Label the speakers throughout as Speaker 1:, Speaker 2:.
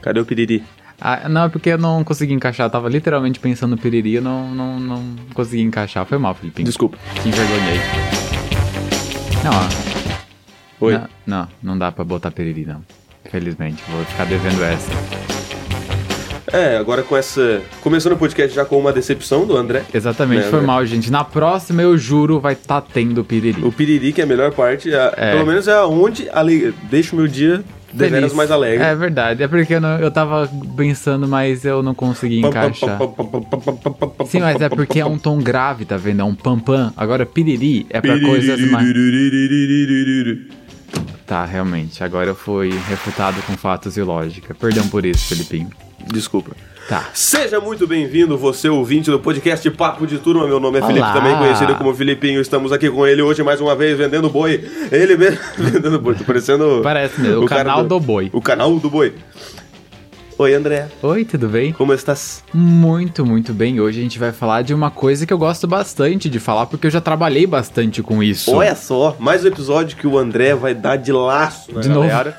Speaker 1: Cadê o piriri?
Speaker 2: Ah, não, é porque eu não consegui encaixar. Eu tava literalmente pensando no piriri e não, não, não consegui encaixar. Foi mal, Felipinho.
Speaker 1: Desculpa.
Speaker 2: Te envergonhei. Não, ó,
Speaker 1: Oi.
Speaker 2: Não, não, não dá pra botar piriri, não. Felizmente, vou ficar devendo essa.
Speaker 1: É, agora com essa. Começando o podcast já com uma decepção do André.
Speaker 2: Exatamente,
Speaker 1: Né,
Speaker 2: foi
Speaker 1: né?
Speaker 2: mal, gente. Na próxima, eu juro, vai tá tendo piriri.
Speaker 1: O piriri, que é a melhor parte, é-
Speaker 2: É.
Speaker 1: pelo menos é onde ale... deixa o meu dia deveras
Speaker 2: Feliz.
Speaker 1: mais alegre.
Speaker 2: É verdade, é porque eu, não- eu tava pensando, mas eu não consegui encaixar. Sim, mas é porque é um tom grave, tá vendo? É um pam-pam. Agora, piriri é pra coisas mais. Tá, realmente. Agora eu fui refutado com fatos e lógica. Perdão por isso, Felipinho.
Speaker 1: Desculpa.
Speaker 2: Tá.
Speaker 1: Seja muito bem-vindo, você ouvinte do podcast Papo de Turma. Meu nome é Felipe,
Speaker 2: Olá.
Speaker 1: também conhecido como Filipinho. Estamos aqui com ele hoje mais uma vez, vendendo boi. Ele mesmo. vendendo boi, tô parecendo.
Speaker 2: Parece mesmo, o
Speaker 1: cara
Speaker 2: canal do boi.
Speaker 1: O canal do boi. Oi, André.
Speaker 2: Oi, tudo bem?
Speaker 1: Como estás?
Speaker 2: Muito, muito bem. Hoje a gente vai falar de uma coisa que eu gosto bastante de falar, porque eu já trabalhei bastante com isso.
Speaker 1: Olha só, mais um episódio que o André vai dar de laço na
Speaker 2: De novo.
Speaker 1: galera.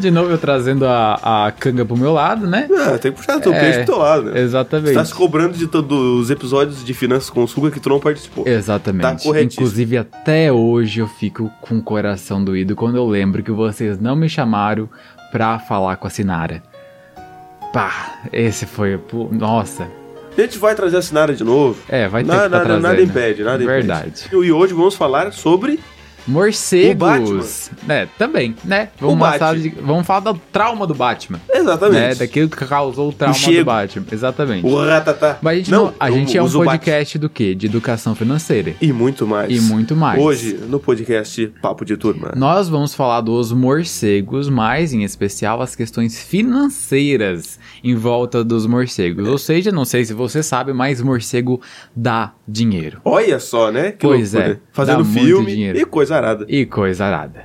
Speaker 2: De novo, eu trazendo a, a canga pro meu lado, né?
Speaker 1: Ah, tem que puxar teu
Speaker 2: É,
Speaker 1: peixe do teu lado, né? Você
Speaker 2: Exatamente.
Speaker 1: tá se cobrando de todos os episódios de Finanças com Suga que tu não participou.
Speaker 2: Exatamente.
Speaker 1: Tá corretíssimo.
Speaker 2: Inclusive, até hoje eu fico com o coração doído quando eu lembro que vocês não me chamaram pra falar com a Sinara. Pá, esse foi. pu- Nossa.
Speaker 1: A gente vai trazer a Sinara de novo.
Speaker 2: É, vai ter
Speaker 1: nada,
Speaker 2: que tá
Speaker 1: nada,
Speaker 2: trazendo.
Speaker 1: nada impede, nada
Speaker 2: Verdade.
Speaker 1: impede. E hoje vamos falar sobre
Speaker 2: Morcegos. É, também, né? Vamos,
Speaker 1: O Batman.
Speaker 2: passar de- vamos falar do trauma do Batman. Né?
Speaker 1: Exatamente.
Speaker 2: Daquilo que causou o trauma do
Speaker 1: chego.
Speaker 2: Batman. Exatamente.
Speaker 1: O ratatá.
Speaker 2: Mas a gente, não, a gente é um podcast do quê? De educação financeira.
Speaker 1: E muito mais.
Speaker 2: E muito mais.
Speaker 1: Hoje, no podcast Papo de Turma.
Speaker 2: Nós vamos falar dos morcegos, mas em especial as questões financeiras em volta dos morcegos. Ou seja, não sei se você sabe, mas morcego dá dinheiro.
Speaker 1: Olha só, né? Que
Speaker 2: Pois
Speaker 1: loucura.
Speaker 2: é,
Speaker 1: Fazendo
Speaker 2: dá muito
Speaker 1: filme
Speaker 2: dinheiro.
Speaker 1: e coisa arada.
Speaker 2: E coisa arada.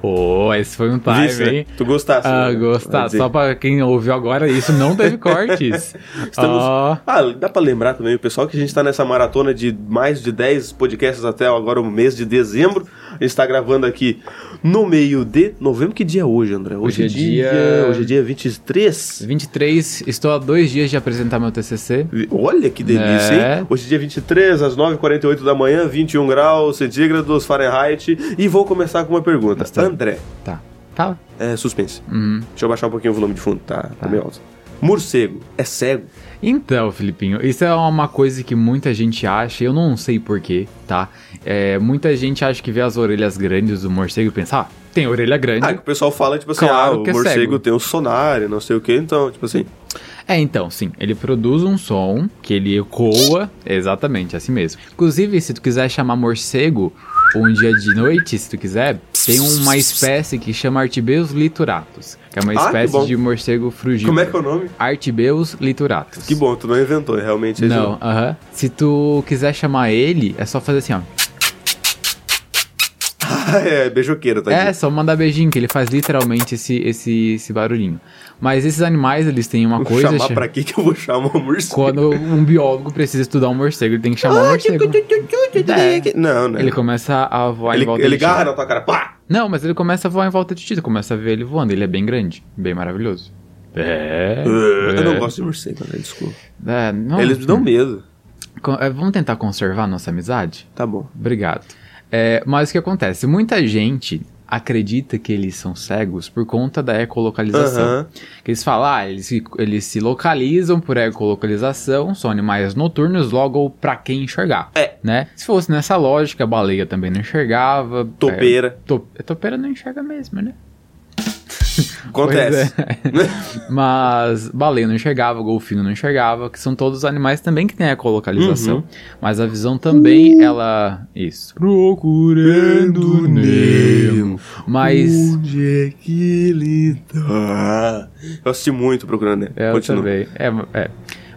Speaker 2: Oh, esse foi um time,
Speaker 1: Viste, né?
Speaker 2: hein?
Speaker 1: Tu gostasse.
Speaker 2: Ah,
Speaker 1: né?
Speaker 2: gostar.
Speaker 1: Quer dizer,
Speaker 2: Só pra quem ouviu agora, isso não teve cortes.
Speaker 1: Estamos-
Speaker 2: Ó,
Speaker 1: Ah, dá pra lembrar também, o pessoal, que a gente tá nessa maratona de mais de 10 podcasts até agora o mês de dezembro. A gente tá gravando aqui no meio de novembro. Que dia é hoje, André? Hoje,
Speaker 2: Hoje é dia-
Speaker 1: Hoje é dia 23.
Speaker 2: 23, estou há dois dias de apresentar meu TCC.
Speaker 1: Vi- Olha que delícia,
Speaker 2: É.
Speaker 1: hein? Hoje é dia 23, às 9h48 da manhã, 21 graus centígrados, Fahrenheit. E vou começar com uma pergunta.
Speaker 2: Tá.
Speaker 1: André,
Speaker 2: Tá. Tá?
Speaker 1: é, suspense.
Speaker 2: Uhum.
Speaker 1: Deixa eu baixar um pouquinho o volume de fundo, tá? Tá meio alto. Morcego é cego?
Speaker 2: Então, Filipinho, isso é uma coisa que muita gente acha, eu não sei porquê, tá? É, muita gente acha que vê as orelhas grandes do morcego e pensa, ah, tem orelha grande.
Speaker 1: Ah, que o pessoal fala, tipo assim,
Speaker 2: Claro
Speaker 1: ah, o
Speaker 2: que é
Speaker 1: morcego
Speaker 2: cego.
Speaker 1: tem um sonar, e não sei o que, então, tipo assim.
Speaker 2: É, então, sim, ele produz um som que ele ecoa, exatamente, assim mesmo. Inclusive, se tu quiser chamar morcego, ou um dia de noite, se tu quiser, tem uma espécie que chama Artibeus lituratus, que é uma
Speaker 1: Ah, que
Speaker 2: espécie
Speaker 1: bom.
Speaker 2: de morcego frugívoro.
Speaker 1: Como é que é o nome?
Speaker 2: Artibeus lituratus.
Speaker 1: Que bom, tu não inventou, realmente. esse
Speaker 2: Não, aham. Se tu quiser chamar ele, é só fazer assim, ó.
Speaker 1: Ah, é, beijoqueira, tá
Speaker 2: É, só mandar beijinho, que ele faz literalmente esse, esse, esse barulhinho. Mas esses animais, eles têm uma coisa.
Speaker 1: chamar
Speaker 2: cha-
Speaker 1: pra que que eu vou chamar o morcego?
Speaker 2: Quando um biólogo precisa estudar um morcego, ele tem que
Speaker 1: Ah,
Speaker 2: chamar o morcego. É.
Speaker 1: Não, né?
Speaker 2: Ele começa a voar em
Speaker 1: Ele,
Speaker 2: volta
Speaker 1: ele
Speaker 2: de ti.
Speaker 1: garra na tua cara, pá!
Speaker 2: Não, mas ele começa a voar em volta de ti, tu começa a ver ele voando. Ele é bem grande, bem maravilhoso. É.
Speaker 1: Eu não
Speaker 2: é.
Speaker 1: gosto de morcego, né? Desculpa.
Speaker 2: É, não-
Speaker 1: Eles me dão medo.
Speaker 2: Co- é, Vamos tentar conservar nossa amizade?
Speaker 1: Tá bom.
Speaker 2: Obrigado. É, mas o que acontece? Muita gente acredita que eles são cegos por conta da ecolocalização.
Speaker 1: Aham.
Speaker 2: Que eles falam, ah, eles, se- eles se localizam por ecolocalização, são animais noturnos, logo pra quem enxergar.
Speaker 1: É.
Speaker 2: Né? Se fosse nessa lógica, a baleia também não enxergava.
Speaker 1: Topeira.
Speaker 2: É, to- topeira não enxerga mesmo, né?
Speaker 1: Acontece.
Speaker 2: é. Mas baleia não enxergava, golfinho não enxergava, que são todos animais também que têm ecolocalização.
Speaker 1: Uhum. Uh.
Speaker 2: Mas a visão também, ela. Isso. Procurando Nemo. Mas.
Speaker 1: Onde é que ele tá? Eu assisti muito procurando Nemo.
Speaker 2: Eu
Speaker 1: Continua.
Speaker 2: também. É, é.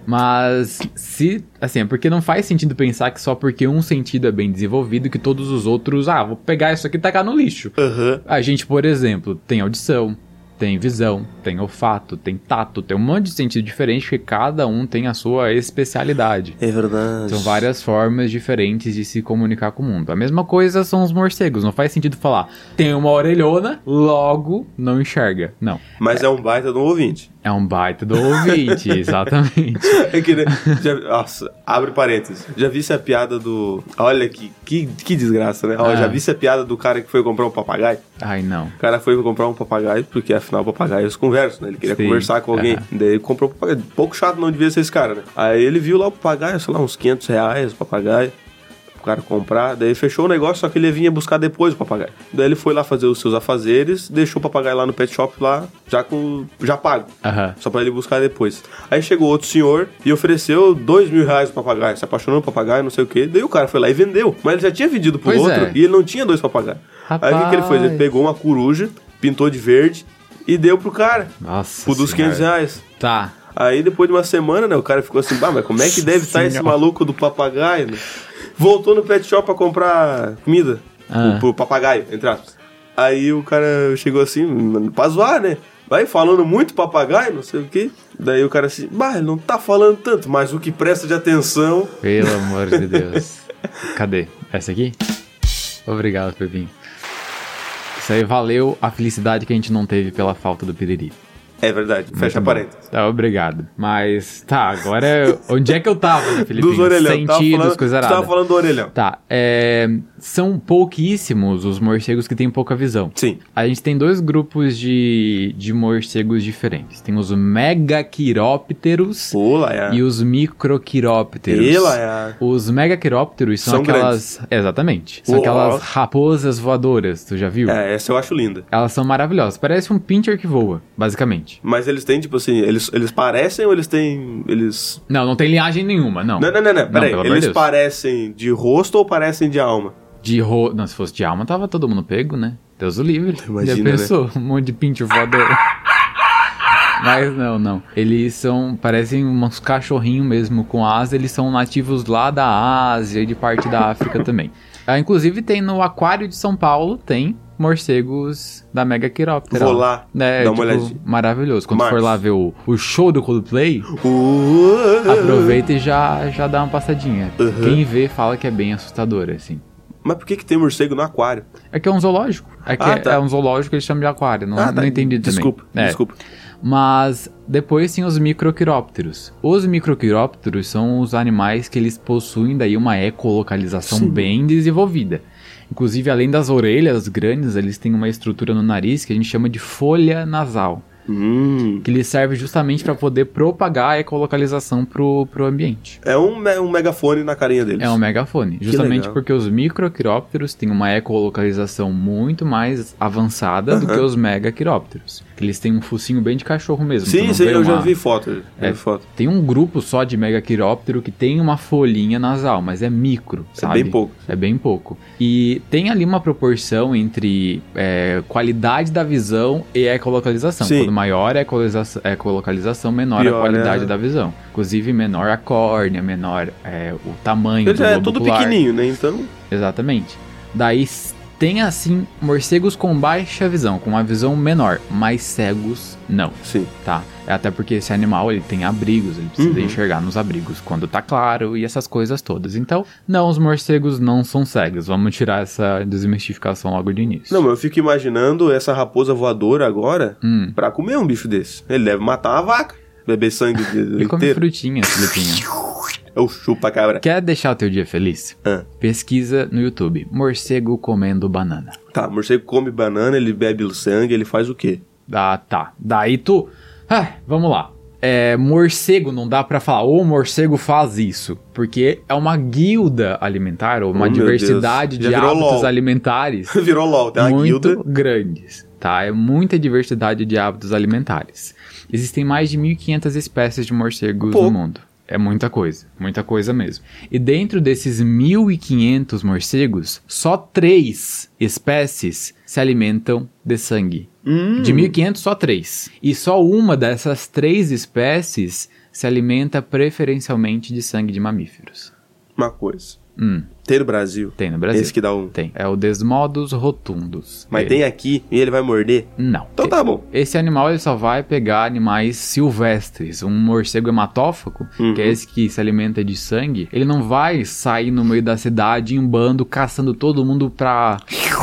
Speaker 2: Mas se. Assim, é porque não faz sentido pensar que só porque um sentido é bem desenvolvido que todos os outros. Ah, vou pegar isso aqui e tacar no lixo.
Speaker 1: Aham.
Speaker 2: A gente, por exemplo, tem audição, tem visão, tem olfato, tem tato, tem um monte de sentido diferente que cada um tem a sua especialidade.
Speaker 1: É verdade.
Speaker 2: São várias formas diferentes de se comunicar com o mundo. A mesma coisa são os morcegos. Não faz sentido falar, tem uma orelhona, logo não enxerga. Não.
Speaker 1: Mas é um baita de um ouvinte.
Speaker 2: É um baita do ouvinte, exatamente.
Speaker 1: É que, né, já- nossa, abre parênteses. Já vi essa piada do. Olha que, que, que desgraça, né? Ó,
Speaker 2: Ah.
Speaker 1: Já vi essa piada do cara que foi comprar um papagaio.
Speaker 2: Ai, não.
Speaker 1: O cara foi comprar um papagaio, porque afinal papagaios conversam, né? Ele queria
Speaker 2: Sim,
Speaker 1: conversar com alguém.
Speaker 2: aham.
Speaker 1: Daí ele comprou um papagaio. Pouco chato não devia ser esse cara, né? Aí ele viu lá o papagaio, sei lá, uns 500 reais o papagaio. O cara comprar, daí fechou o negócio, só que ele vinha buscar depois o papagaio. Daí ele foi lá fazer os seus afazeres, deixou o papagaio lá no pet shop lá, já com já pago.
Speaker 2: Aham.
Speaker 1: Só pra ele buscar depois. Aí chegou outro senhor e ofereceu dois mil reais pro papagaio. Se apaixonou pelo papagaio, não sei o quê. Daí o cara foi lá e vendeu. Mas ele já tinha vendido pro
Speaker 2: Pois
Speaker 1: outro
Speaker 2: é.
Speaker 1: e ele não tinha dois papagaios. Aí o que, que ele fez? Ele
Speaker 2: Rapaz.
Speaker 1: pegou uma coruja, pintou de verde e deu pro cara.
Speaker 2: Nossa.
Speaker 1: Por dos 500
Speaker 2: senhora.
Speaker 1: reais.
Speaker 2: Tá.
Speaker 1: Aí depois de uma semana, né, o cara ficou assim, bah, mas como é que deve estar esse
Speaker 2: Senhora.
Speaker 1: maluco do papagaio? né?" Voltou no pet shop pra comprar comida
Speaker 2: Ah.
Speaker 1: pro, pro papagaio, entre aspas. Aí o cara chegou assim, mano, pra zoar, né? Vai falando muito papagaio, não sei o quê. Daí o cara assim, bah, ele não tá falando tanto, mas o que presta de atenção.
Speaker 2: Pelo amor de Deus. Cadê? Essa aqui? Obrigado, Pepinho. Isso aí valeu a felicidade que a gente não teve pela falta do piriri.
Speaker 1: É verdade, fecha
Speaker 2: Muito bom.
Speaker 1: parênteses.
Speaker 2: Tá, obrigado. Mas, tá, agora eu- onde é que eu tava, né, Felipinho?
Speaker 1: Dos orelhão, tava
Speaker 2: Sentidos,
Speaker 1: falando,
Speaker 2: coisa
Speaker 1: tu
Speaker 2: arada.
Speaker 1: tava falando do orelhão.
Speaker 2: Tá, é, são pouquíssimos os morcegos que têm pouca visão.
Speaker 1: Sim.
Speaker 2: A gente tem dois grupos de, de morcegos diferentes. Tem os megaquirópteros
Speaker 1: Pô, Laia.
Speaker 2: e os microquirópteros.
Speaker 1: Ih, Laia.
Speaker 2: Os megaquirópteros são,
Speaker 1: é São
Speaker 2: aquelas. Exatamente. São
Speaker 1: Uau.
Speaker 2: aquelas raposas voadoras, tu já viu?
Speaker 1: É, essa eu acho linda.
Speaker 2: Elas são maravilhosas. Parece um pincher que voa, basicamente.
Speaker 1: Mas eles têm, tipo assim, eles, eles parecem ou eles têm. Eles.
Speaker 2: Não, não tem linhagem nenhuma, não.
Speaker 1: Não, não, não, não. Peraí.
Speaker 2: pelo amor de
Speaker 1: Eles
Speaker 2: Deus.
Speaker 1: parecem de rosto ou parecem de alma?
Speaker 2: De ro... Não, se fosse de alma, tava todo mundo pego, né? Deus o livre.
Speaker 1: Imagina,
Speaker 2: já
Speaker 1: né?
Speaker 2: pensou? Um monte de pincher voador. Mas não, não. Eles são. Parecem uns cachorrinhos mesmo com asa. Eles são nativos lá da Ásia e de parte da África também. Ah, inclusive tem no Aquário de São Paulo, tem morcegos da Mega Quiróptera.
Speaker 1: Vou lá,
Speaker 2: É,
Speaker 1: dar uma
Speaker 2: tipo,
Speaker 1: olhadinha.
Speaker 2: maravilhoso. Quando
Speaker 1: Marcos.
Speaker 2: for lá ver o, o show do Coldplay,
Speaker 1: Uou.
Speaker 2: aproveita e já, já dá uma passadinha.
Speaker 1: Uhum.
Speaker 2: Quem vê fala que é bem assustador, assim.
Speaker 1: Mas por que, que tem morcego no aquário?
Speaker 2: É que é um zoológico. É que
Speaker 1: Ah,
Speaker 2: é-
Speaker 1: tá.
Speaker 2: é um zoológico, eles chamam de aquário. Não, é?
Speaker 1: tá.
Speaker 2: não entendi também.
Speaker 1: Desculpa,
Speaker 2: É.
Speaker 1: desculpa.
Speaker 2: Mas depois tem os microquirópteros. Os microquirópteros são os animais que eles possuem daí uma ecolocalização bem desenvolvida. Inclusive, além das orelhas grandes, eles têm uma estrutura no nariz que a gente chama de folha nasal,
Speaker 1: Hum.
Speaker 2: que ele serve justamente para poder propagar a ecolocalização pro, pro ambiente.
Speaker 1: É um, me- um megafone na carinha deles.
Speaker 2: É um megafone. Justamente
Speaker 1: legal.
Speaker 2: porque os microquirópteros têm uma ecolocalização muito mais avançada do
Speaker 1: Aham.
Speaker 2: que os megaquirópteros. Que Eles têm um focinho bem de cachorro mesmo. tu
Speaker 1: Sim,
Speaker 2: não
Speaker 1: sim,
Speaker 2: vê
Speaker 1: eu já
Speaker 2: uma-
Speaker 1: vi foto. já
Speaker 2: É.
Speaker 1: vi foto.
Speaker 2: Tem um grupo só de megaquiróptero que tem uma folhinha nasal, mas é micro, sabe?
Speaker 1: É bem pouco.
Speaker 2: É bem pouco. E tem ali uma proporção entre é, qualidade da visão e ecolocalização.
Speaker 1: Sim.
Speaker 2: Quando maior a ecolocaliza- ecolocalização, menor
Speaker 1: Pior,
Speaker 2: a qualidade
Speaker 1: é.
Speaker 2: da visão. Inclusive, menor a córnea, menor é, o tamanho
Speaker 1: Ele
Speaker 2: do
Speaker 1: já é
Speaker 2: globo
Speaker 1: tudo
Speaker 2: ocular.
Speaker 1: pequenininho, né? Então.
Speaker 2: Exatamente. Daí s- tem assim morcegos com baixa visão, com uma visão menor, mas cegos não,
Speaker 1: Sim.
Speaker 2: tá? É até porque esse animal ele tem abrigos, ele precisa
Speaker 1: Uhum.
Speaker 2: enxergar nos abrigos quando tá claro e essas coisas todas. Então, não, os morcegos não são cegos. Vamos tirar essa desmistificação logo de início.
Speaker 1: Não, mas eu fico imaginando essa raposa voadora agora
Speaker 2: Hum.
Speaker 1: pra comer um bicho desse. Ele deve matar uma vaca, beber sangue de-
Speaker 2: E come
Speaker 1: inteiro.
Speaker 2: frutinha, Filipinho.
Speaker 1: Eu chupa a cabra.
Speaker 2: Quer deixar o teu dia feliz?
Speaker 1: Ah.
Speaker 2: Pesquisa no YouTube. Morcego comendo banana.
Speaker 1: Tá, morcego come banana, ele bebe o sangue, ele faz o quê?
Speaker 2: Ah, tá. Daí tu. Ah, vamos lá. É, morcego não dá pra falar, o morcego faz isso, porque é uma guilda alimentar, ou uma
Speaker 1: Oh, meu
Speaker 2: diversidade
Speaker 1: Deus. Já
Speaker 2: de
Speaker 1: virou
Speaker 2: hábitos
Speaker 1: LOL.
Speaker 2: alimentares
Speaker 1: Virou LOL, tem uma
Speaker 2: muito
Speaker 1: guilda.
Speaker 2: grandes. tá? É muita diversidade de hábitos alimentares. Existem mais de 1.500 espécies de morcegos
Speaker 1: Pô.
Speaker 2: no mundo. É muita coisa, muita coisa mesmo. E dentro desses 1.500 morcegos, só três espécies se alimentam de sangue.
Speaker 1: Hum.
Speaker 2: De 1.500, só três. E só uma dessas três espécies se alimenta preferencialmente de sangue de mamíferos.
Speaker 1: Uma coisa.
Speaker 2: Hum,
Speaker 1: Tem no Brasil.
Speaker 2: tem no Brasil. É.
Speaker 1: Esse que dá um.
Speaker 2: Tem. É o Desmodus rotundus.
Speaker 1: Mas
Speaker 2: Ele-
Speaker 1: tem aqui e ele vai morder.
Speaker 2: Não.
Speaker 1: Então tá bom.
Speaker 2: Esse animal ele só vai pegar animais silvestres. Um morcego hematófago,
Speaker 1: Uhum.
Speaker 2: que é esse que se alimenta de sangue, ele não vai sair no meio da cidade em bando, caçando todo mundo pra.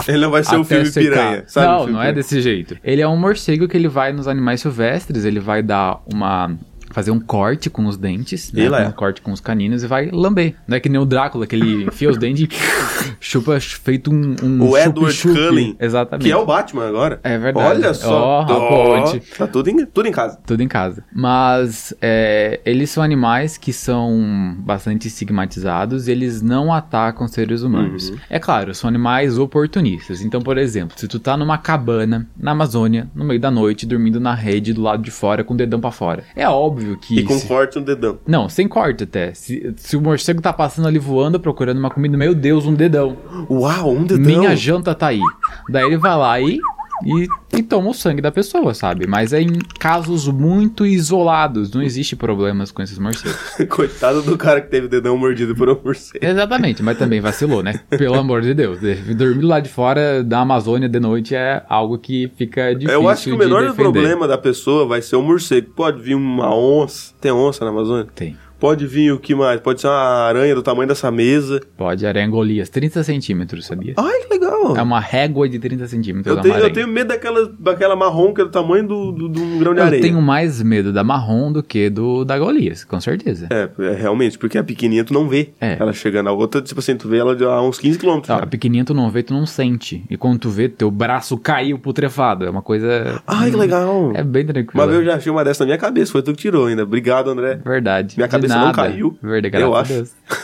Speaker 1: Ele não vai ser o
Speaker 2: até
Speaker 1: filme
Speaker 2: secar.
Speaker 1: piranha. Sabe o
Speaker 2: não,
Speaker 1: filme
Speaker 2: não é
Speaker 1: Piranha?
Speaker 2: desse jeito. Ele é um morcego que ele vai nos animais silvestres, ele vai dar uma. Fazer um corte com os dentes, né?
Speaker 1: Ele é.
Speaker 2: Um corte com os caninos e vai lamber. Não é que nem o Drácula, que ele enfia os dentes e chupa feito um. um
Speaker 1: O Edward
Speaker 2: chup-chup.
Speaker 1: Cullen,
Speaker 2: Exatamente.
Speaker 1: Que é o Batman agora.
Speaker 2: É verdade.
Speaker 1: Olha só.
Speaker 2: Ó, a
Speaker 1: Ó,
Speaker 2: ponte.
Speaker 1: Tá tudo em, tudo em casa.
Speaker 2: Tudo em casa. Mas é, eles são animais que são bastante estigmatizados, eles não atacam seres humanos.
Speaker 1: Uhum.
Speaker 2: É claro, são animais oportunistas. Então, por exemplo, se tu tá numa cabana na Amazônia, no meio da noite, dormindo na rede do lado de fora com o dedão pra fora. É óbvio que.
Speaker 1: E com
Speaker 2: se-
Speaker 1: corte no dedão.
Speaker 2: Não, sem corte até. Se, se o morcego tá passando ali voando, procurando uma comida, meu Deus, um dedão.
Speaker 1: Uau, um dedão.
Speaker 2: Minha janta tá aí. Daí ele vai lá e, e, e toma o sangue da pessoa, sabe? Mas é em casos muito isolados. Não existe problemas com esses morcegos.
Speaker 1: Coitado do cara que teve o dedão mordido por um morcego.
Speaker 2: Exatamente, mas também vacilou, né? Pelo amor de Deus. Dormir lá de fora da Amazônia de noite é algo que fica difícil.
Speaker 1: Eu acho que o
Speaker 2: de
Speaker 1: menor
Speaker 2: defender.
Speaker 1: problema da pessoa vai ser o morcego. Pode vir uma onça. Tem onça na Amazônia?
Speaker 2: Tem.
Speaker 1: Pode vir o que mais? Pode ser uma aranha do tamanho dessa mesa.
Speaker 2: Pode aranha Golias, 30 centímetros, sabia?
Speaker 1: Ai, que legal.
Speaker 2: É uma régua de 30 centímetros.
Speaker 1: eu,
Speaker 2: uma
Speaker 1: tenho, eu
Speaker 2: aranha.
Speaker 1: tenho medo daquela, daquela marrom que é do tamanho do, do, de um grão de
Speaker 2: Eu
Speaker 1: areia.
Speaker 2: tenho mais medo da marrom do que do da Golias, com certeza.
Speaker 1: É, é, realmente, porque a pequenininha tu não vê
Speaker 2: um É.
Speaker 1: ela chegando. A outra, tipo assim, tu vê ela de- a uns 15 km.
Speaker 2: Ó, A pequenininha tu não é vê, tu não sente. E quando tu vê, teu braço caiu putrefado. É uma coisa.
Speaker 1: Ai, que legal.
Speaker 2: É bem
Speaker 1: Uma
Speaker 2: tranquilo. é
Speaker 1: vez eu já achei uma dessa na minha cabeça, foi tu que tirou ainda. Obrigado, André.
Speaker 2: Verdade.
Speaker 1: Minha
Speaker 2: De
Speaker 1: cabeça não
Speaker 2: nada.
Speaker 1: caiu,
Speaker 2: Verdade,
Speaker 1: eu
Speaker 2: graças
Speaker 1: acho.
Speaker 2: a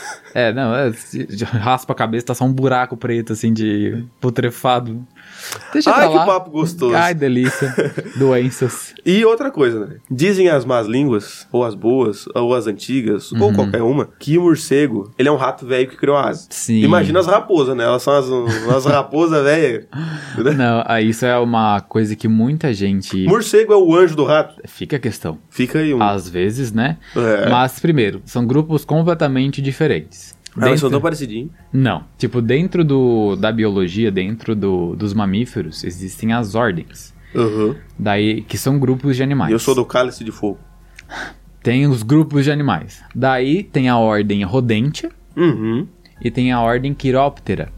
Speaker 2: Deus. É, não, é, se- raspa a cabeça, tá só um buraco preto, assim, de putrefado. Deixa
Speaker 1: Ai,
Speaker 2: pra
Speaker 1: que
Speaker 2: lá.
Speaker 1: papo gostoso.
Speaker 2: Ai, delícia. Doenças.
Speaker 1: E outra coisa, André. Dizem as más línguas, ou as boas, ou as antigas,
Speaker 2: Uhum.
Speaker 1: ou qualquer uma, que o morcego, ele é um rato velho que criou asa.
Speaker 2: Sim.
Speaker 1: Imagina as raposas, né? Elas são as, umas raposas velhas. né?
Speaker 2: Não, ah, isso é uma coisa que muita gente.
Speaker 1: Morcego é o anjo do rato.
Speaker 2: Fica a questão.
Speaker 1: Fica aí um.
Speaker 2: Às vezes, né?
Speaker 1: É.
Speaker 2: Mas, primeiro, são grupos completamente diferentes.
Speaker 1: Elas são
Speaker 2: Dentro-
Speaker 1: tão parecidinhas.
Speaker 2: Não. Tipo, dentro do, da biologia, dentro do, dos mamíferos, existem as ordens.
Speaker 1: Uhum.
Speaker 2: Daí, que são grupos de animais.
Speaker 1: Eu sou do cálice de fogo.
Speaker 2: Tem os grupos de animais. Daí tem a ordem Rodentia
Speaker 1: Uhum.
Speaker 2: e tem a ordem Quiróptera,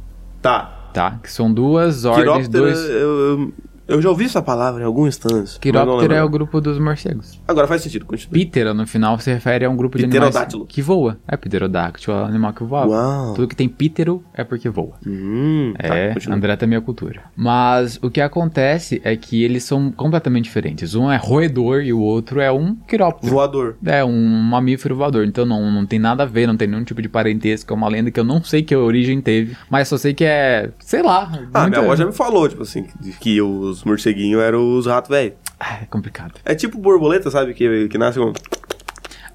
Speaker 1: Tá.
Speaker 2: tá? Que são duas ordens,
Speaker 1: Quiróptera,
Speaker 2: dois...
Speaker 1: eu, eu- eu já ouvi essa palavra em algum instante.
Speaker 2: Quiróptera é o grupo dos morcegos.
Speaker 1: Agora faz sentido, continua.
Speaker 2: Pítera, no final, se refere a um grupo de animais
Speaker 1: Pterodáctilo.
Speaker 2: que voa. É pterodáctilo, é o animal que voa.
Speaker 1: Uau.
Speaker 2: Tudo que tem pítero é porque voa.
Speaker 1: Hum,
Speaker 2: É,
Speaker 1: tá, continua.
Speaker 2: André também é cultura. Mas o que acontece é que eles são completamente diferentes. Um é roedor e o outro é um quiróptero.
Speaker 1: Voador.
Speaker 2: É, um mamífero voador. Então não, não tem nada a ver, não tem nenhum tipo de parentesco. É uma lenda que eu não sei que origem teve. Mas só sei que é, sei lá.
Speaker 1: Ah,
Speaker 2: muita-
Speaker 1: minha avó já me falou, tipo assim, de que os morceguinhos eram os ratos velhos.
Speaker 2: Ah, é complicado.
Speaker 1: É tipo borboleta, sabe? Que, que nasce com...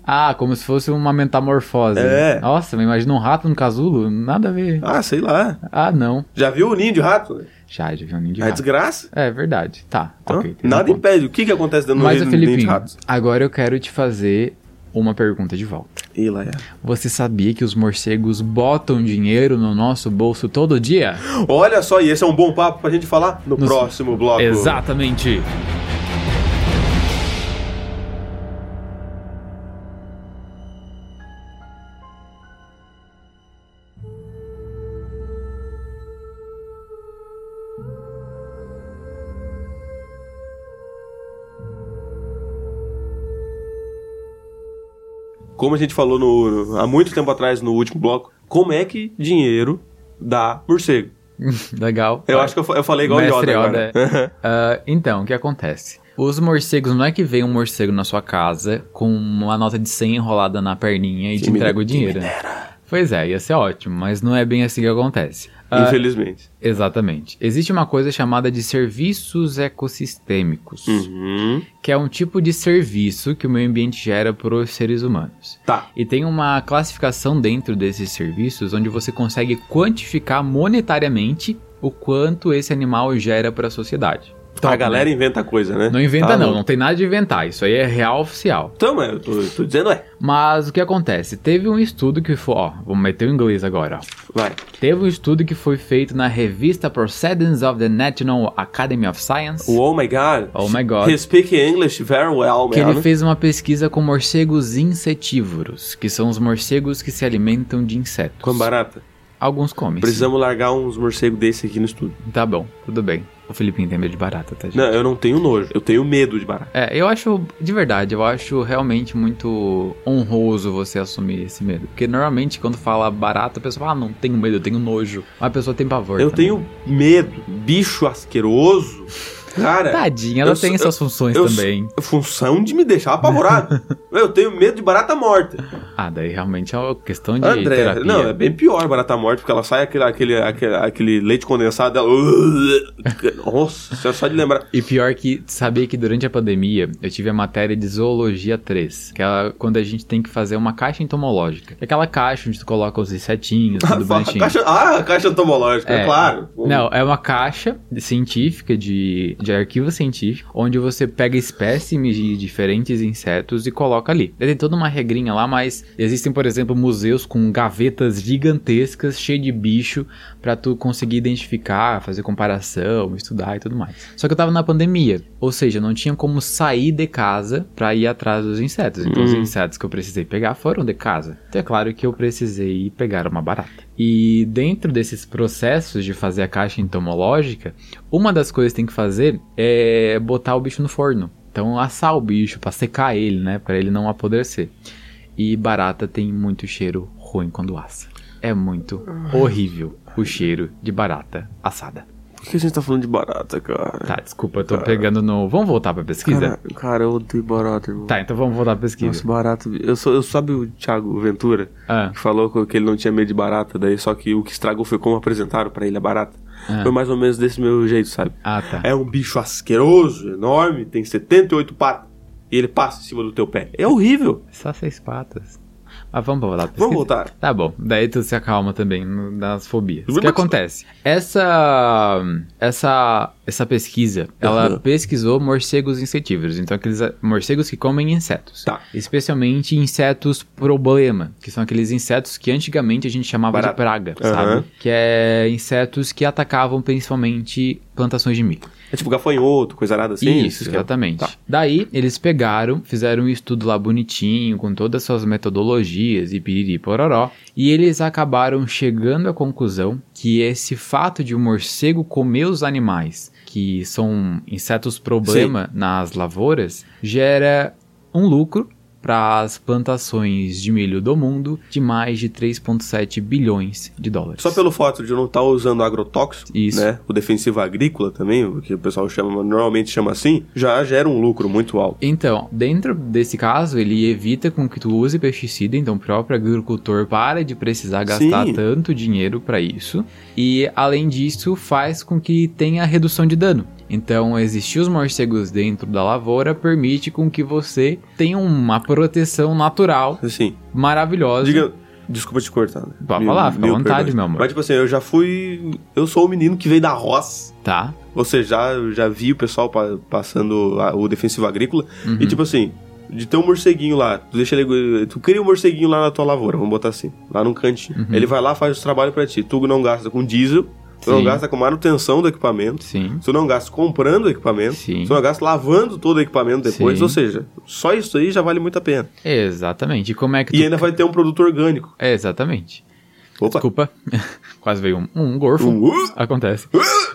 Speaker 2: Ah, como se fosse uma metamorfose.
Speaker 1: É.
Speaker 2: Nossa, mas imagina um rato num casulo? Nada a ver.
Speaker 1: Ah, sei lá.
Speaker 2: Ah, não.
Speaker 1: Já viu o ninho de rato?
Speaker 2: Já, já vi um ninho de
Speaker 1: É
Speaker 2: rato.
Speaker 1: desgraça.
Speaker 2: É verdade. Tá,
Speaker 1: Então,
Speaker 2: ok. tem
Speaker 1: nada
Speaker 2: um ponto.
Speaker 1: impede. O que que acontece dentro do
Speaker 2: Mas,
Speaker 1: ninho ninho de
Speaker 2: Felipinho,
Speaker 1: rato?
Speaker 2: agora eu quero te fazer uma pergunta de volta.
Speaker 1: Ih, lá é.
Speaker 2: Você sabia que os morcegos botam dinheiro no nosso bolso todo dia?
Speaker 1: Olha só, e esse é um bom papo pra gente falar no,
Speaker 2: No-
Speaker 1: próximo bloco.
Speaker 2: Exatamente.
Speaker 1: Como a gente falou no- no- há muito tempo atrás, no último bloco, como é que dinheiro dá morcego?
Speaker 2: Legal.
Speaker 1: Eu
Speaker 2: Vai.
Speaker 1: acho que eu, fa- eu falei igual o Yoda,
Speaker 2: Mestre Yoda,
Speaker 1: agora.
Speaker 2: é. Ah, então, o que acontece? Os morcegos, não é que vem um morcego na sua casa com uma nota de 100 enrolada na perninha e te
Speaker 1: me-
Speaker 2: entrega o
Speaker 1: que
Speaker 2: dinheiro. né? Pois é, ia ser ótimo, mas não é bem assim que acontece. Ah,
Speaker 1: Infelizmente.
Speaker 2: Exatamente. Existe uma coisa chamada de serviços ecossistêmicos,
Speaker 1: Uhum.
Speaker 2: que é um tipo de serviço que o meio ambiente gera para os seres humanos.
Speaker 1: Tá.
Speaker 2: E tem uma classificação dentro desses serviços onde você consegue quantificar monetariamente o quanto esse animal gera para a sociedade.
Speaker 1: a galera inventa coisa, né?
Speaker 2: Não inventa
Speaker 1: Tá,
Speaker 2: não, não tem nada de inventar, isso aí é real oficial.
Speaker 1: Então, é, eu tô, eu tô dizendo, é.
Speaker 2: Mas o que acontece? Teve um estudo que foi, ó, vou meter o inglês agora, ó.
Speaker 1: Vai.
Speaker 2: Teve um estudo que foi feito na revista Proceedings of the National Academy of Science.
Speaker 1: Oh my god.
Speaker 2: Oh my god.
Speaker 1: He speak English very well,
Speaker 2: Que
Speaker 1: man.
Speaker 2: ele fez uma pesquisa com morcegos insetívoros, que são os morcegos que se alimentam de insetos.
Speaker 1: Com barata.
Speaker 2: Alguns comem. sim.
Speaker 1: Precisamos largar uns morcegos desse aqui no estúdio.
Speaker 2: Tá bom, tudo bem. O Felipinho tem medo de barata, tá, gente?
Speaker 1: Não, eu não tenho nojo. Eu tenho medo de barata.
Speaker 2: É, eu acho, de verdade, eu acho realmente muito honroso você assumir esse medo. Porque normalmente quando fala barata, a pessoa fala, ah, não tenho medo, eu tenho nojo. Mas a pessoa tem pavor.
Speaker 1: Eu
Speaker 2: também.
Speaker 1: tenho medo. Bicho asqueroso.
Speaker 2: Tá
Speaker 1: Cara.
Speaker 2: Tadinha, ela
Speaker 1: Eu
Speaker 2: tem
Speaker 1: sou-
Speaker 2: suas funções
Speaker 1: eu
Speaker 2: também.
Speaker 1: Função de me deixar apavorado. eu tenho medo de barata morta.
Speaker 2: Ah, daí realmente é uma questão de
Speaker 1: André,
Speaker 2: terapia.
Speaker 1: não, é bem pior barata morta, porque ela sai aquele, aquele, aquele, aquele leite condensado dela. Nossa, é só de lembrar.
Speaker 2: E pior que sabia que durante a pandemia eu tive a matéria de zoologia 3, que é quando a gente tem que fazer uma caixa entomológica. É Aquela caixa onde tu coloca os insetinhos, tudo
Speaker 1: A
Speaker 2: bonitinho.
Speaker 1: caixa, ah, a caixa entomológica, é, claro.
Speaker 2: Não, é uma caixa de- científica, de, de arquivo científico, onde você pega espécimes de diferentes insetos e coloca ali. Daí Tem toda uma regrinha lá, mas existem, por exemplo, museus com gavetas gigantescas, cheias de bicho, pra tu conseguir identificar, fazer comparação, estudar e tudo mais. Só que eu tava na pandemia, ou seja, não tinha como sair de casa pra ir atrás dos insetos. Então os
Speaker 1: Hum.
Speaker 2: insetos que eu precisei pegar foram de casa. Então é claro que eu precisei pegar uma barata. E dentro desses processos de fazer a caixa entomológica, uma das coisas que tem que fazer é botar o bicho no forno. Então assar o bicho pra secar ele, né, Pra ele não apodrecer. E barata tem muito cheiro ruim quando assa. É muito horrível o cheiro de barata assada.
Speaker 1: Por que a gente tá falando de barata, cara?
Speaker 2: Tá, desculpa, eu tô pegando no. Vamos voltar pra pesquisa?
Speaker 1: Cara, cara, eu odeio barata, irmão.
Speaker 2: Tá, então vamos voltar pra pesquisa.
Speaker 1: Nossa, barata. Eu, sou, eu sabe o Thiago Ventura,
Speaker 2: Ah,
Speaker 1: que falou que ele não tinha medo de barata, daí só que o que estragou foi como apresentaram pra ele a barata.
Speaker 2: Ah.
Speaker 1: Foi mais ou menos desse meu jeito, sabe?
Speaker 2: ah, tá.
Speaker 1: É um bicho asqueroso, enorme, tem 78 patas. E ele passa em cima do teu pé. É horrível.
Speaker 2: Só seis patas. Mas vamos voltar pra pesquisa.
Speaker 1: Vamos voltar.
Speaker 2: Tá bom, daí tu se acalma também no- nas fobias. O
Speaker 1: Mas-
Speaker 2: que acontece? Essa essa essa pesquisa, ela
Speaker 1: Aham.
Speaker 2: pesquisou morcegos insetívoros, então aqueles ah, morcegos que comem insetos.
Speaker 1: Tá.
Speaker 2: Especialmente insetos problema, que são aqueles insetos que antigamente a gente chamava de
Speaker 1: Barata.
Speaker 2: praga,
Speaker 1: Aham.
Speaker 2: sabe? Que é insetos que atacavam principalmente plantações de milho.
Speaker 1: É tipo gafanhoto, coisa arada assim.
Speaker 2: Isso,
Speaker 1: esse esquema.
Speaker 2: exatamente.
Speaker 1: Tá.
Speaker 2: Daí, eles pegaram, fizeram um estudo lá bonitinho, com todas as suas metodologias e piriri e pororó, e eles acabaram chegando à conclusão que esse fato de o morcego comer os animais, que são insetos problema nas lavouras, gera um lucro para as plantações de milho do mundo de mais de 3,7 bilhões de dólares.
Speaker 1: Só pelo fato de não estar usando agrotóxico,
Speaker 2: Isso.
Speaker 1: né? O defensivo agrícola também, o que o pessoal chama, normalmente chama assim, já gera um lucro muito alto.
Speaker 2: Então, dentro desse caso, ele evita com que tu use pesticida, então o próprio agricultor para de precisar gastar
Speaker 1: Sim.
Speaker 2: tanto dinheiro para isso. E além disso, faz com que tenha redução de dano. Então, existir os morcegos dentro da lavoura permite com que você tenha uma proteção natural
Speaker 1: Assim,
Speaker 2: maravilhosa.
Speaker 1: diga... Desculpa te cortar, né?
Speaker 2: Pode falar, fica à vontade, meu amor.
Speaker 1: Mas tipo assim, eu já fui... Eu sou o menino que veio da roça.
Speaker 2: Tá?
Speaker 1: Ou seja, já, já vi o pessoal pa- passando a- o defensivo agrícola.
Speaker 2: Uhum.
Speaker 1: E tipo assim, de ter um morceguinho lá, tu deixa ele. Tu cria um morceguinho lá na tua lavoura, vamos botar assim, lá num cantinho.
Speaker 2: Uhum.
Speaker 1: Ele vai lá, faz os trabalhos pra ti. Tu não gasta com diesel, tu não
Speaker 2: Sim.
Speaker 1: gasta com manutenção do equipamento.
Speaker 2: Sim.
Speaker 1: Tu não gasta comprando equipamento,
Speaker 2: Sim.
Speaker 1: tu não gasta lavando todo o equipamento depois,
Speaker 2: Sim.
Speaker 1: ou seja, só isso aí já vale muito a pena.
Speaker 2: Exatamente. E como é que
Speaker 1: E
Speaker 2: tu...
Speaker 1: ainda vai ter um produto orgânico.
Speaker 2: É, Exatamente.
Speaker 1: Opa!
Speaker 2: Desculpa. Quase veio um, um gorfo.
Speaker 1: Uh,
Speaker 2: Acontece.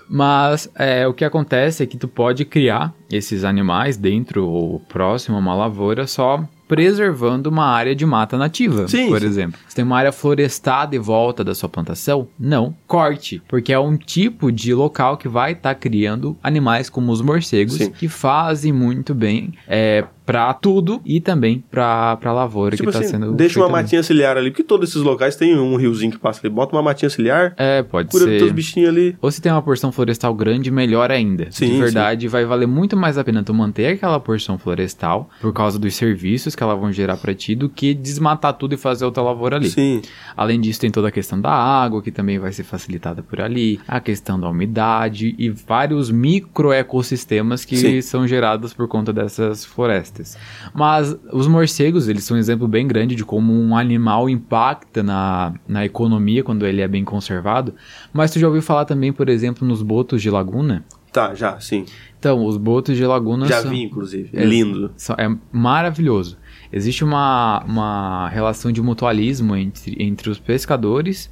Speaker 2: Mas é, o que acontece é que tu pode criar esses animais dentro ou próximo a uma lavoura só preservando uma área de mata nativa,
Speaker 1: Sim,
Speaker 2: por
Speaker 1: sim.
Speaker 2: exemplo. Você tem uma área florestada em volta da sua plantação? Não, corte, porque é um tipo de local que vai estar criando animais como os morcegos,
Speaker 1: Sim.
Speaker 2: que fazem muito bem é, para tudo e também para a lavoura
Speaker 1: Tipo
Speaker 2: que está
Speaker 1: assim,
Speaker 2: sendo
Speaker 1: deixa uma
Speaker 2: feita.
Speaker 1: matinha ciliar ali, porque todos esses locais tem um riozinho que passa ali. Bota uma matinha ciliar,
Speaker 2: É, pode
Speaker 1: cura
Speaker 2: ser.
Speaker 1: todos os bichinhos ali.
Speaker 2: Ou se tem uma porção florestal grande, melhor ainda.
Speaker 1: Sim,
Speaker 2: de verdade, vai valer muito mais a pena tu manter aquela porção florestal por causa dos serviços que elas vão gerar pra ti do que desmatar tudo e fazer outra lavoura ali.
Speaker 1: Sim.
Speaker 2: Além disso, tem toda a questão da água, que também vai ser facilitada por ali, a questão da umidade e vários microecossistemas que
Speaker 1: Sim.
Speaker 2: são gerados por conta dessas florestas. Mas os morcegos, eles são um exemplo bem grande de como um animal impacta na, na economia quando ele é bem conservado. Mas tu já ouviu falar também, por exemplo, nos botos de laguna?
Speaker 1: Tá, já, sim.
Speaker 2: Então, os botos de laguna
Speaker 1: Já
Speaker 2: são...
Speaker 1: vi, inclusive.
Speaker 2: É.
Speaker 1: Lindo.
Speaker 2: Só- É maravilhoso. Existe uma, uma relação de mutualismo entre, entre os pescadores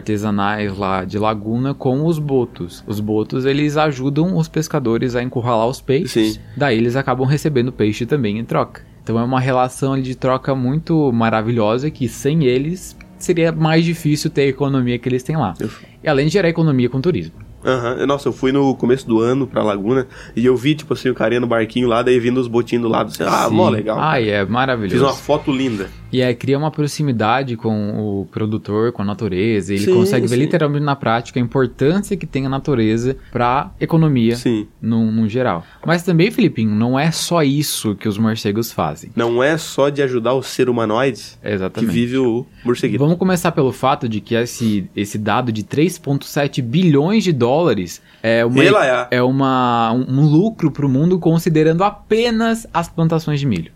Speaker 2: artesanais lá de Laguna com os botos. Os botos, eles ajudam os pescadores a encurralar os peixes.
Speaker 1: Sim.
Speaker 2: Daí eles acabam recebendo peixe também em troca. Então é uma relação ali de troca muito maravilhosa que sem eles seria mais difícil ter a economia que eles têm lá.
Speaker 1: Eu-
Speaker 2: E além de gerar economia com turismo.
Speaker 1: Aham. Nossa, eu fui no começo do ano pra Laguna e eu vi, tipo assim, o carinha no barquinho lá, daí vindo os botinhos do lado. Assim, ah,
Speaker 2: Sim.
Speaker 1: mó legal.
Speaker 2: Ai, é maravilhoso.
Speaker 1: Fiz uma foto linda.
Speaker 2: E aí cria uma proximidade com o produtor, com a natureza. Ele
Speaker 1: Sim,
Speaker 2: consegue ver
Speaker 1: sim.
Speaker 2: literalmente na prática a importância que tem a natureza para economia
Speaker 1: Sim.
Speaker 2: no, no geral. Mas também, Filipinho, não é só isso que os morcegos fazem.
Speaker 1: Não é só de ajudar o ser humanoide que
Speaker 2: Exatamente.
Speaker 1: vive o morceguito.
Speaker 2: Vamos começar pelo fato de que esse, esse dado de 3,7 bilhões de dólares é uma,
Speaker 1: E lá é.
Speaker 2: é uma, um lucro para o mundo considerando apenas as plantações de milho.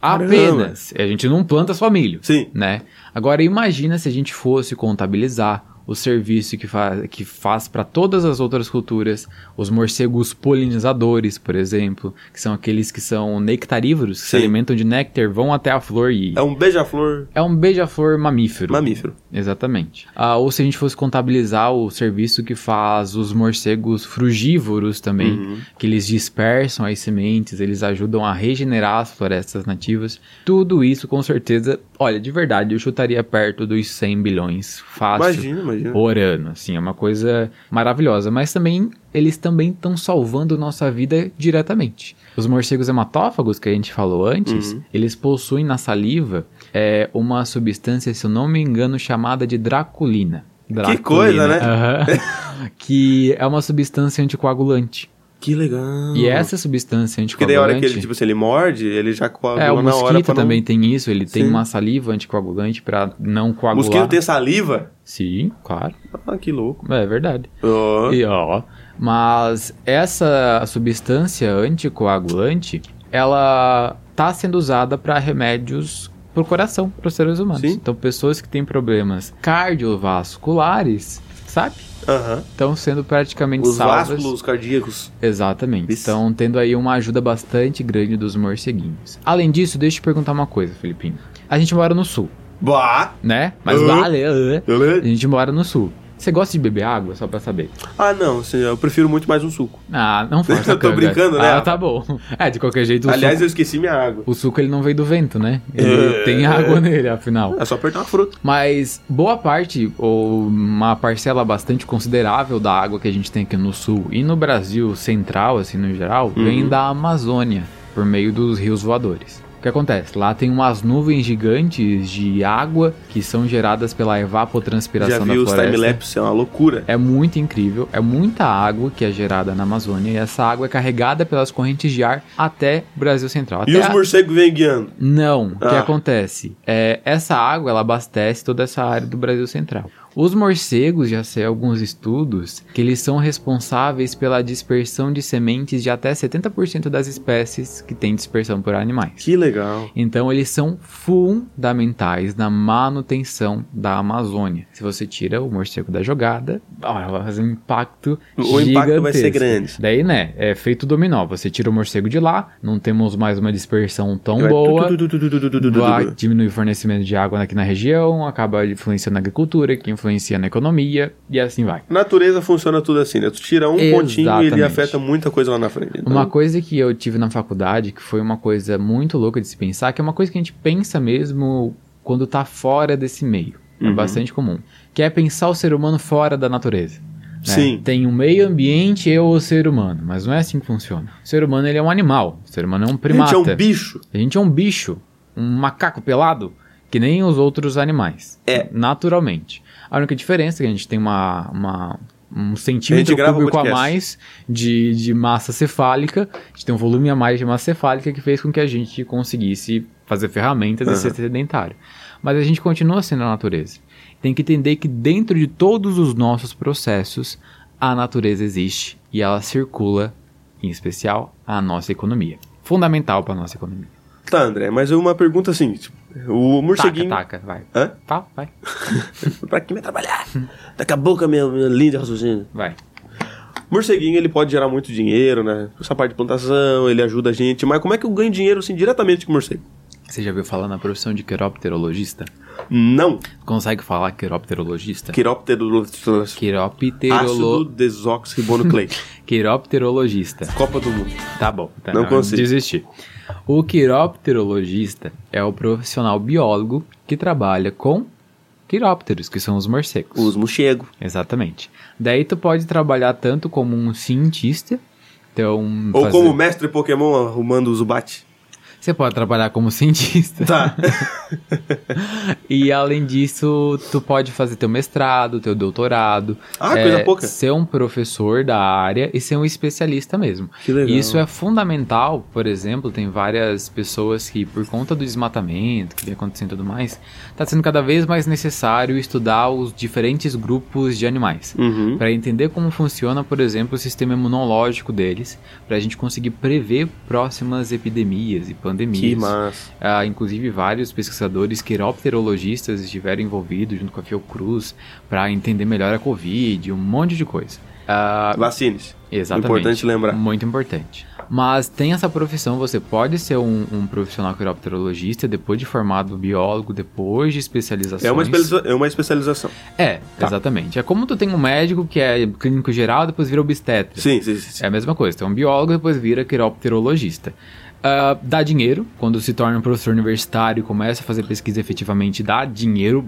Speaker 1: Caramba.
Speaker 2: Apenas. A gente não planta só milho
Speaker 1: Sim.
Speaker 2: né? Agora imagina se a gente fosse contabilizar o serviço que, fa que faz para todas as outras culturas, os morcegos polinizadores, por exemplo, que são aqueles que são nectarívoros, que se
Speaker 1: Sim.
Speaker 2: alimentam de néctar, vão até a flor e
Speaker 1: É um beija-flor
Speaker 2: é um beija-flor mamífero.
Speaker 1: mamífero.
Speaker 2: Exatamente. Ah, ou se a gente fosse contabilizar o serviço que faz os morcegos frugívoros também,
Speaker 1: Uhum.
Speaker 2: que eles dispersam as sementes, eles ajudam a regenerar as florestas nativas. Tudo isso, com certeza, olha, de verdade, eu chutaria perto dos 100 bilhões fácil
Speaker 1: Imagina, imagina.
Speaker 2: por ano, assim, é uma coisa maravilhosa, mas também eles também estão salvando nossa vida diretamente. Os morcegos hematófagos que a gente falou antes,
Speaker 1: Uhum.
Speaker 2: eles possuem na saliva é, uma substância, se eu não me engano, chamada de draculina. Draculina,
Speaker 1: coisa, né?
Speaker 2: aham, que é uma substância anticoagulante.
Speaker 1: Que legal.
Speaker 2: E essa substância
Speaker 1: Porque daí a
Speaker 2: anticoagulante
Speaker 1: hora que ele, tipo assim, ele morde, ele já coagula
Speaker 2: é, o
Speaker 1: na hora
Speaker 2: mosquito
Speaker 1: pra não-
Speaker 2: também tem isso, ele tem
Speaker 1: Sim.
Speaker 2: uma saliva anticoagulante para não
Speaker 1: O
Speaker 2: coagular.
Speaker 1: mosquito tem saliva?
Speaker 2: Sim, claro.
Speaker 1: Ah, que louco.
Speaker 2: É verdade.
Speaker 1: Ó,
Speaker 2: E, ó, mas essa substância anticoagulante, ela tá sendo usada para remédios pro coração, para os seres humanos.
Speaker 1: Sim.
Speaker 2: Então, pessoas que têm problemas cardiovasculares, sabe?
Speaker 1: Aham.
Speaker 2: Estão sendo praticamente
Speaker 1: Os
Speaker 2: salvas.
Speaker 1: vasculos cardíacos.
Speaker 2: Exatamente.
Speaker 1: Isso.
Speaker 2: Estão tendo aí uma ajuda bastante grande dos morceguinhos. Além disso, deixa eu te perguntar uma coisa, Felipinho. A gente mora no sul,
Speaker 1: Bah!
Speaker 2: né? Mas
Speaker 1: Uhum.
Speaker 2: vale, uh, a
Speaker 1: Beleza?
Speaker 2: gente mora no sul. Você gosta de beber água, só pra saber?
Speaker 1: Ah, não, assim, eu prefiro muito mais um suco.
Speaker 2: Ah, não força.
Speaker 1: Eu tô
Speaker 2: canga.
Speaker 1: brincando, né?
Speaker 2: Ah, tá bom. É, de qualquer jeito, o,
Speaker 1: Aliás, eu esqueci minha água.
Speaker 2: suco, o suco ele não veio do vento, né? Ele
Speaker 1: É.
Speaker 2: tem água nele, afinal.
Speaker 1: É só apertar uma fruta.
Speaker 2: Mas boa parte, ou uma parcela bastante considerável da água que a gente tem aqui no sul e no Brasil central, assim, no geral, vem
Speaker 1: Uhum.
Speaker 2: da Amazônia, por meio dos rios voadores. O que acontece? Lá tem umas nuvens gigantes de água que são geradas pela evapotranspiração
Speaker 1: Já vi
Speaker 2: da
Speaker 1: os
Speaker 2: floresta.
Speaker 1: timelapse, é uma loucura.
Speaker 2: É muito incrível, é muita água que é gerada na Amazônia e essa água é carregada pelas correntes de ar até o Brasil Central.
Speaker 1: E
Speaker 2: até
Speaker 1: os
Speaker 2: a-
Speaker 1: morcegos vêm guiando.
Speaker 2: Não, o que
Speaker 1: Ah.
Speaker 2: acontece? É, essa água ela abastece toda essa área do Brasil Central. Os morcegos, já sei alguns estudos, que eles são responsáveis pela dispersão de sementes de até 70% das espécies que têm dispersão por animais.
Speaker 1: Que legal.
Speaker 2: Então eles são fundamentais na manutenção da Amazônia. Se você tira o morcego da jogada, ó, vai fazer um impacto
Speaker 1: O impacto vai ser
Speaker 2: gigantesco.
Speaker 1: grande.
Speaker 2: Daí, né, é feito dominó. Você tira o morcego de lá, não temos mais uma dispersão tão
Speaker 1: Vai
Speaker 2: boa.
Speaker 1: tu, tu, tu, tu, tu, tu, tu, tu, tu, tu.
Speaker 2: Vai diminuir o fornecimento de água aqui na região, acaba influenciando a agricultura, que influencia na economia e assim vai.
Speaker 1: Natureza funciona tudo assim, né? Tu tira um pontinho e ele
Speaker 2: Exatamente.
Speaker 1: afeta muita coisa lá na frente. Então,
Speaker 2: Uma coisa que eu tive na faculdade, que foi uma coisa muito louca de se pensar, que é uma coisa que a gente pensa mesmo quando tá fora desse meio. É
Speaker 1: Uhum.
Speaker 2: bastante comum. Que é pensar o ser humano fora da natureza. né?
Speaker 1: Sim.
Speaker 2: Tem um meio ambiente, eu o ser humano. Mas não é assim que funciona. O ser humano ele é um animal. O ser humano é um
Speaker 1: a gente
Speaker 2: primata.
Speaker 1: é um bicho.
Speaker 2: A gente é um bicho, um macaco pelado, que nem os outros animais.
Speaker 1: É.
Speaker 2: Naturalmente. A única diferença é que a gente tem uma, uma- um
Speaker 1: A gente
Speaker 2: centímetro
Speaker 1: grava
Speaker 2: cúbico a
Speaker 1: podcast.
Speaker 2: mais de, de massa cefálica, a gente tem um volume a mais de massa cefálica que fez com que a gente conseguisse fazer ferramentas e
Speaker 1: Aham.
Speaker 2: ser sedentário. Mas a gente continua sendo a natureza. Tem que entender que dentro de todos os nossos processos, a natureza existe e ela circula, em especial, a nossa economia. Fundamental para nossa economia.
Speaker 1: Tá, André, mas uma pergunta assim: tipo, o morceguinho.
Speaker 2: Taca, taca, vai.
Speaker 1: Hã?
Speaker 2: Tá, vai.
Speaker 1: Pra que me trabalhar? Daqui a pouco a minha, minha linda raciocínio.
Speaker 2: Vai.
Speaker 1: Morceguinho, ele pode gerar muito dinheiro, né? Essa parte de plantação, ele ajuda a gente. Mas como é que eu ganho dinheiro, assim, diretamente com morcego?
Speaker 2: Você já viu falar na profissão de quiropterologista?
Speaker 1: Não.
Speaker 2: Consegue falar quiropterologista?
Speaker 1: Quiróptero... Ácido
Speaker 2: Quiropterolo...
Speaker 1: desoxirribonucleico.
Speaker 2: Quiropterologista.
Speaker 1: Copa do Mundo.
Speaker 2: Tá bom. Tá,
Speaker 1: Não consigo.
Speaker 2: Desisti. O quiropterologista é o profissional biólogo que trabalha com quirópteros, que são os morcegos.
Speaker 1: Os mochegos.
Speaker 2: Exatamente. Daí tu pode trabalhar tanto como um cientista, então...
Speaker 1: Ou
Speaker 2: fazer-
Speaker 1: como o mestre Pokémon arrumando o Zubat.
Speaker 2: Você pode trabalhar como cientista.
Speaker 1: Tá.
Speaker 2: E além disso, tu pode fazer teu mestrado, teu doutorado.
Speaker 1: Ah, coisa pouca.
Speaker 2: Ser um professor da área e ser um especialista mesmo.
Speaker 1: Que legal.
Speaker 2: E isso é fundamental, por exemplo, tem várias pessoas que, por conta do desmatamento que vem acontecendo e tudo mais, tá sendo cada vez mais necessário estudar os diferentes grupos de animais.
Speaker 1: Uhum.
Speaker 2: Para entender como funciona, por exemplo, o sistema imunológico deles, para a gente conseguir prever próximas epidemias e pandemias.
Speaker 1: Que massa.
Speaker 2: Ah, inclusive, vários pesquisadores quiropterologistas estiveram envolvidos junto com a Fiocruz para entender melhor a Covid, um monte de coisa. Ah,
Speaker 1: Vacines.
Speaker 2: exatamente.
Speaker 1: Importante lembrar.
Speaker 2: Muito importante. Mas tem essa profissão, você pode ser um, um profissional quiropterologista depois de formado biólogo, depois de especialização.
Speaker 1: É uma, especializa- é uma especialização.
Speaker 2: É,
Speaker 1: Tá.
Speaker 2: exatamente. É como tu tem um médico que é clínico geral, depois vira obstetra.
Speaker 1: Sim, sim, sim. sim.
Speaker 2: É a mesma coisa. Então, um biólogo depois vira quiropterologista. Ah, dá dinheiro. Quando se torna um professor universitário e começa a fazer pesquisa efetivamente, dá dinheiro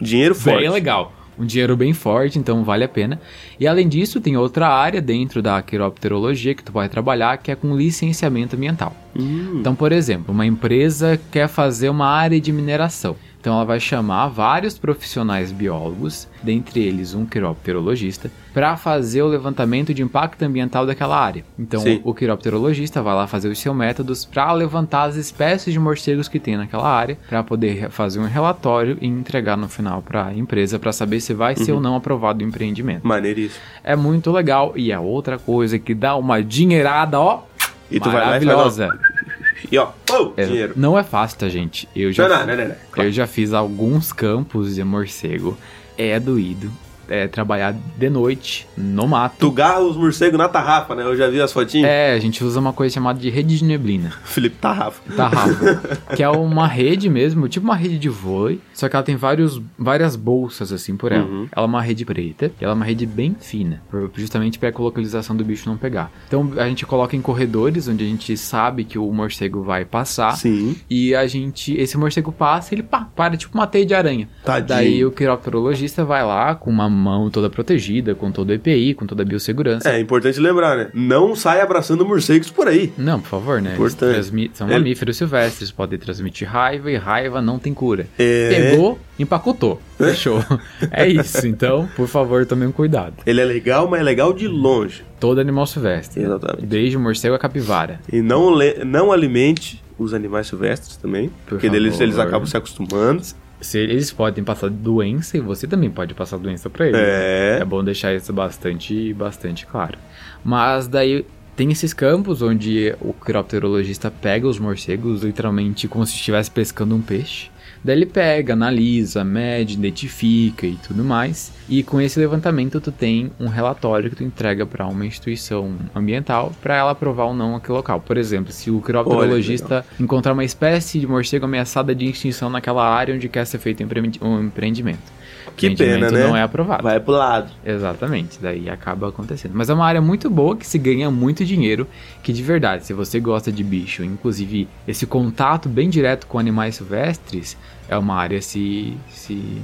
Speaker 1: Dinheiro forte.
Speaker 2: bem legal. Um dinheiro bem forte, então vale a pena. E além disso, tem outra área dentro da quiropterologia que tu vai trabalhar, que é com licenciamento ambiental.
Speaker 1: Hum.
Speaker 2: Então, por exemplo, uma empresa quer fazer uma área de mineração. Então, ela vai chamar vários profissionais biólogos, dentre eles um quiropterologista, para fazer o levantamento de impacto ambiental daquela área. Então,
Speaker 1: Sim.
Speaker 2: o quiropterologista vai lá fazer os seus métodos para levantar as espécies de morcegos que tem naquela área, para poder re- fazer um relatório e entregar no final para a empresa para saber se vai
Speaker 1: Uhum.
Speaker 2: ser ou não aprovado o empreendimento.
Speaker 1: Maneiríssimo.
Speaker 2: É muito legal e é outra coisa que dá uma dinheirada, ó,
Speaker 1: E tu vai lá e faz.
Speaker 2: maravilhosa.
Speaker 1: ó, E ó, pô,
Speaker 2: É,
Speaker 1: dinheiro.
Speaker 2: Não é fácil, tá, gente? Eu já,
Speaker 1: Não, é né? não, não, não, não. Claro.
Speaker 2: Eu já fiz alguns campos de morcego. É doído. É trabalhar de noite, no mato.
Speaker 1: Tu garra os morcegos na tarrafa, né? Eu já vi as fotinhas.
Speaker 2: É, a gente usa uma coisa chamada de rede de neblina,
Speaker 1: Felipe, tarrafa.
Speaker 2: tarrafa, que é uma rede mesmo, tipo uma rede de vôlei, só que ela tem vários, várias bolsas assim por ela.
Speaker 1: Uhum.
Speaker 2: Ela é uma rede preta, e ela é uma rede bem fina, por- justamente para a localização do bicho não pegar. Então a gente coloca em corredores onde a gente sabe que o morcego vai passar.
Speaker 1: Sim.
Speaker 2: E a gente. Esse morcego passa ele pá, para, tipo uma teia de aranha.
Speaker 1: Tadinho.
Speaker 2: Daí o quiropterologista vai lá com uma mão toda protegida, com todo o EPI, com toda a biossegurança.
Speaker 1: É importante lembrar, né? Não sai abraçando morcegos por aí.
Speaker 2: Não, por favor, né? Eles
Speaker 1: Importante.
Speaker 2: transmi- São
Speaker 1: Ele-
Speaker 2: mamíferos silvestres, podem transmitir raiva e raiva não tem cura.
Speaker 1: É.
Speaker 2: Pegou, empacotou, fechou. é isso, então, por favor, tomem cuidado.
Speaker 1: Ele é legal, mas é legal de longe.
Speaker 2: Todo animal silvestre.
Speaker 1: Exatamente.
Speaker 2: Desde o morcego a capivara.
Speaker 1: E não, le- não alimente os animais silvestres também. porque deles,
Speaker 2: favor.
Speaker 1: eles acabam se acostumando.
Speaker 2: Se eles podem passar doença e você também pode passar doença pra eles.
Speaker 1: É.
Speaker 2: É bom deixar isso bastante, bastante claro. Mas daí tem esses campos onde o quiropterologista pega os morcegos literalmente como se estivesse pescando um peixe. Daí ele pega, analisa, mede, identifica e tudo mais. E com esse levantamento tu tem um relatório que tu entrega para uma instituição ambiental para ela aprovar ou não aquele local. Por exemplo, se o quiropterologista encontrar uma espécie de morcego ameaçada de extinção naquela área onde quer ser feito o empreende- um empreendimento.
Speaker 1: Que pena, né?
Speaker 2: não é aprovado.
Speaker 1: Vai pro lado.
Speaker 2: Exatamente, daí acaba acontecendo. Mas é uma área muito boa que se ganha muito dinheiro, que de verdade, se você gosta de bicho, inclusive esse contato bem direto com animais silvestres, é uma área a se se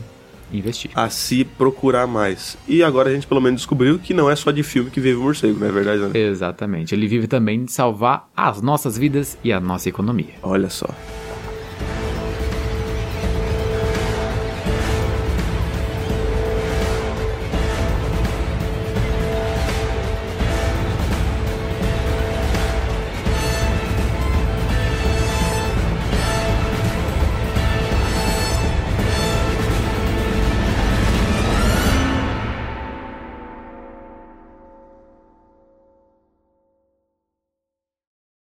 Speaker 2: investir.
Speaker 1: A se procurar mais. E agora a gente pelo menos descobriu que não é só de filme que vive o morcego, não é verdade, Ana?
Speaker 2: Exatamente. Ele vive também de salvar as nossas vidas e a nossa economia.
Speaker 1: Olha só.